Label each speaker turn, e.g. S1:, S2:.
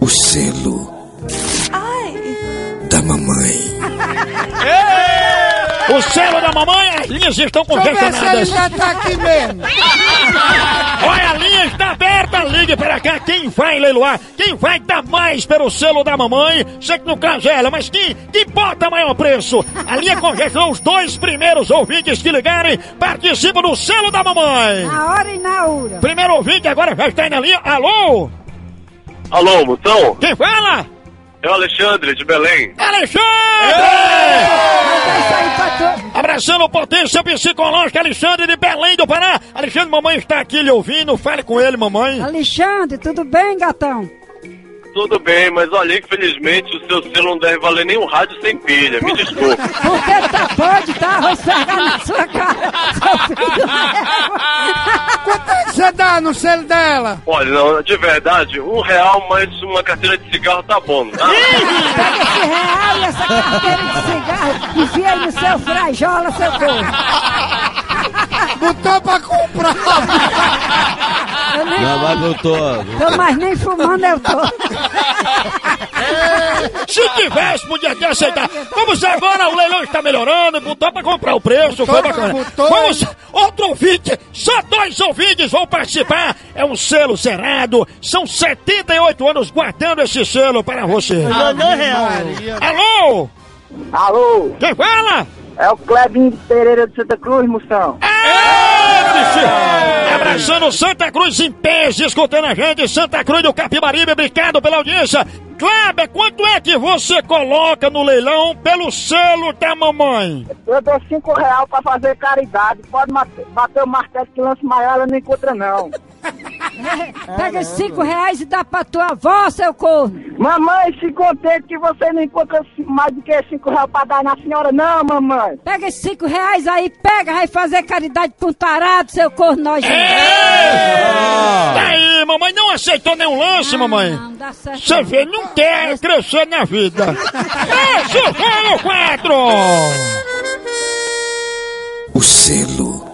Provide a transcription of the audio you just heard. S1: o selo da mamãe.
S2: O selo da mamãe, as linhas estão
S3: Deixa eu ver se ele
S2: congestionadas.
S3: já tá aqui mesmo.
S2: Olha, a linha está aberta, ligue para cá. Quem vai leiloar? Quem vai dar mais pelo selo da mamãe? Sei que no caso é ela, mas quem, quem bota maior preço? A linha congestionou os dois primeiros ouvintes que ligarem. Participam do selo da mamãe.
S4: Na hora e na hora.
S2: Primeiro ouvinte agora já está aí na linha. Alô?
S5: Alô, Moção?
S2: Quem fala?
S5: É o Alexandre, de Belém.
S2: Alexandre!
S4: Mas vai sair pra tu.
S2: Abraçando potência psicológica, Alexandre de Belém do Pará. Alexandre, mamãe está aqui lhe ouvindo. Fale com ele, mamãe.
S4: Alexandre, tudo bem, gatão?
S5: Tudo bem, mas olha, infelizmente o seu selo não deve valer nem um rádio sem pilha. Me desculpe.
S4: Porque tá pode, tá? Vou chegar na sua cara, seu filho.
S3: Quanto é que você dá no selo dela?
S5: Olha, não, de verdade, um real mais uma carteira de cigarro tá bom, não tá?
S4: Pega esse real e essa carteira de cigarro, enfia aí no seu frajola, seu povo.
S3: Botou pra comprar.
S4: Eu nem,
S6: Não, mas doutor,
S4: tô mais nem fumando, eu tô.
S2: Se tivesse, podia até aceitar. Vamos agora, o leilão está melhorando, botou pra comprar o preço, foi bacana.
S3: botou.
S2: Vamos, outro ouvinte, só dois ouvintes vão participar. É um selo cerrado, são 78 anos guardando esse selo para você. Alô?
S7: Alô,
S2: Quem fala?
S7: é o Clebinho Pereira de Santa Cruz, moção.
S2: É, bicho! Abraçando Santa Cruz em pés, escutando a gente, Santa Cruz do Capibaribe, obrigado pela audiência. Kleber, quanto é que você coloca no leilão pelo selo da mamãe?
S7: Eu dou cinco real pra fazer caridade. Pode mate- bater o martelo que lance maior, ela não encontra, não.
S4: Pega esses cinco reais e dá pra tua avó, seu corno.
S7: Mamãe, se contente que você não encontra ci- mais do que cinco real pra dar na senhora, não, mamãe.
S4: Pega esses cinco reais aí, pega, vai fazer caridade pra um tarado, seu corno nojento.
S2: Tá aí, mamãe não aceitou nenhum
S4: Ah.
S2: lance, mamãe.
S4: Não, não dá certo.
S2: Você vê, não quer crescer na vida. Esse foi o quadro!
S1: O selo